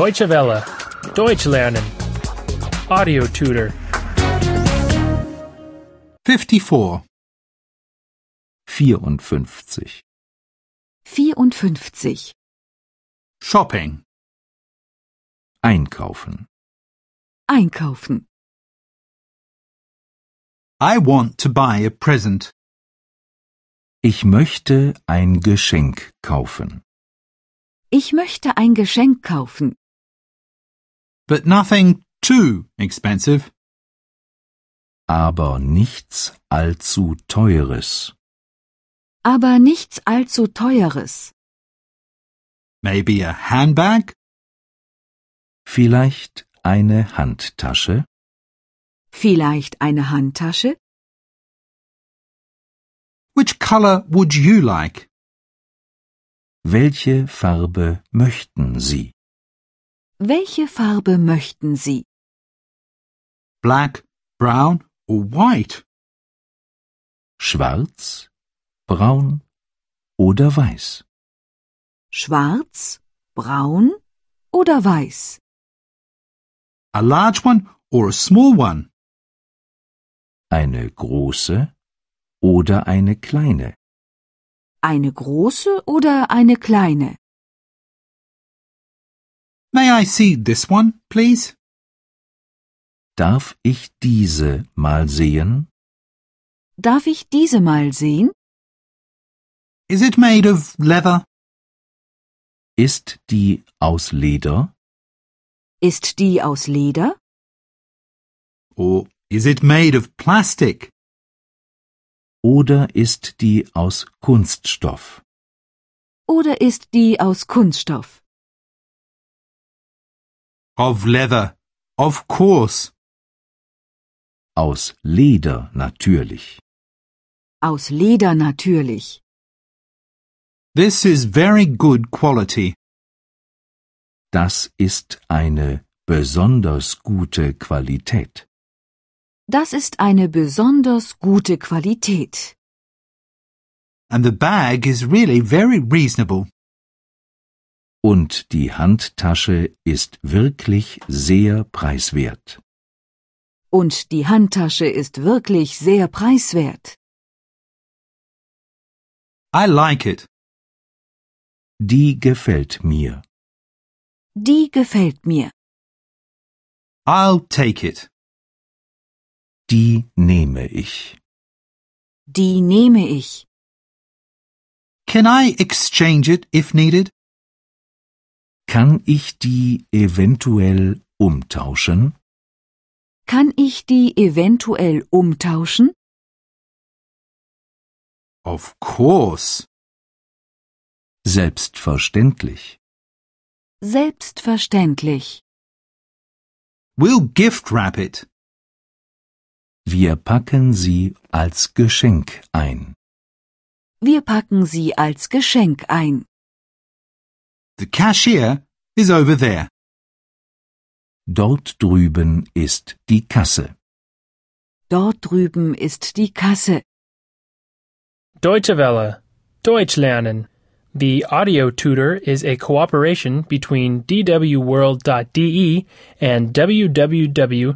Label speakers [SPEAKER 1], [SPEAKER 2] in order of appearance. [SPEAKER 1] Deutsche Welle. Deutsch lernen. Audio tutor.
[SPEAKER 2] 54.
[SPEAKER 3] 54.
[SPEAKER 4] 54.
[SPEAKER 2] Shopping.
[SPEAKER 3] Einkaufen.
[SPEAKER 4] Einkaufen.
[SPEAKER 2] I want to buy a present.
[SPEAKER 3] Ich möchte ein Geschenk kaufen,
[SPEAKER 4] Ich möchte ein Geschenk kaufen,
[SPEAKER 2] but nothing too expensive.
[SPEAKER 3] aber nichts allzu teures.
[SPEAKER 4] aber nichts allzu teures.
[SPEAKER 2] Maybe a handbag?
[SPEAKER 3] Vielleicht eine Handtasche?
[SPEAKER 4] Vielleicht eine Handtasche?
[SPEAKER 2] Which color would you like?
[SPEAKER 3] Welche Farbe möchten Sie?
[SPEAKER 4] Welche Farbe möchten Sie?
[SPEAKER 2] Black, brown or white?
[SPEAKER 3] Schwarz, braun oder weiß?
[SPEAKER 4] Schwarz, braun oder weiß?
[SPEAKER 2] A large one or a small one?
[SPEAKER 3] Eine große oder eine kleine?
[SPEAKER 4] Eine große oder eine kleine?
[SPEAKER 2] May I see this one, please?
[SPEAKER 3] Darf ich diese mal sehen?
[SPEAKER 4] Darf ich diese mal sehen?
[SPEAKER 2] Is it made of leather?
[SPEAKER 3] Ist die aus Leder?
[SPEAKER 4] Ist die aus Leder?
[SPEAKER 2] Or is it made of plastic?
[SPEAKER 3] Oder ist die aus Kunststoff?
[SPEAKER 4] Oder ist die aus Kunststoff?
[SPEAKER 2] Of leather. Of course.
[SPEAKER 3] Aus Leder natürlich.
[SPEAKER 4] Aus Leder natürlich.
[SPEAKER 2] This is very good quality.
[SPEAKER 3] Das ist eine besonders gute Qualität.
[SPEAKER 4] Das ist eine besonders gute Qualität.
[SPEAKER 2] And the bag is really very reasonable.
[SPEAKER 3] Und die Handtasche ist wirklich sehr preiswert.
[SPEAKER 4] Und die Handtasche ist wirklich sehr preiswert.
[SPEAKER 2] I like it.
[SPEAKER 3] Die gefällt mir.
[SPEAKER 4] Die gefällt mir.
[SPEAKER 2] I'll take it.
[SPEAKER 3] Die nehme ich.
[SPEAKER 4] Die nehme ich.
[SPEAKER 2] Can I exchange it if needed?
[SPEAKER 3] Kann ich die eventuell umtauschen?
[SPEAKER 4] Kann ich die eventuell umtauschen?
[SPEAKER 2] Of course.
[SPEAKER 3] Selbstverständlich.
[SPEAKER 4] Selbstverständlich.
[SPEAKER 2] We'll gift wrap it.
[SPEAKER 3] Wir packen sie als Geschenk ein.
[SPEAKER 4] Wir packen sie als Geschenk ein.
[SPEAKER 2] The cashier is over there.
[SPEAKER 3] Dort drüben ist die Kasse.
[SPEAKER 4] Dort drüben ist die Kasse.
[SPEAKER 1] Deutsche Welle. Deutsch lernen. The audio tutor is a cooperation between E dwworld.de and www.book2.de.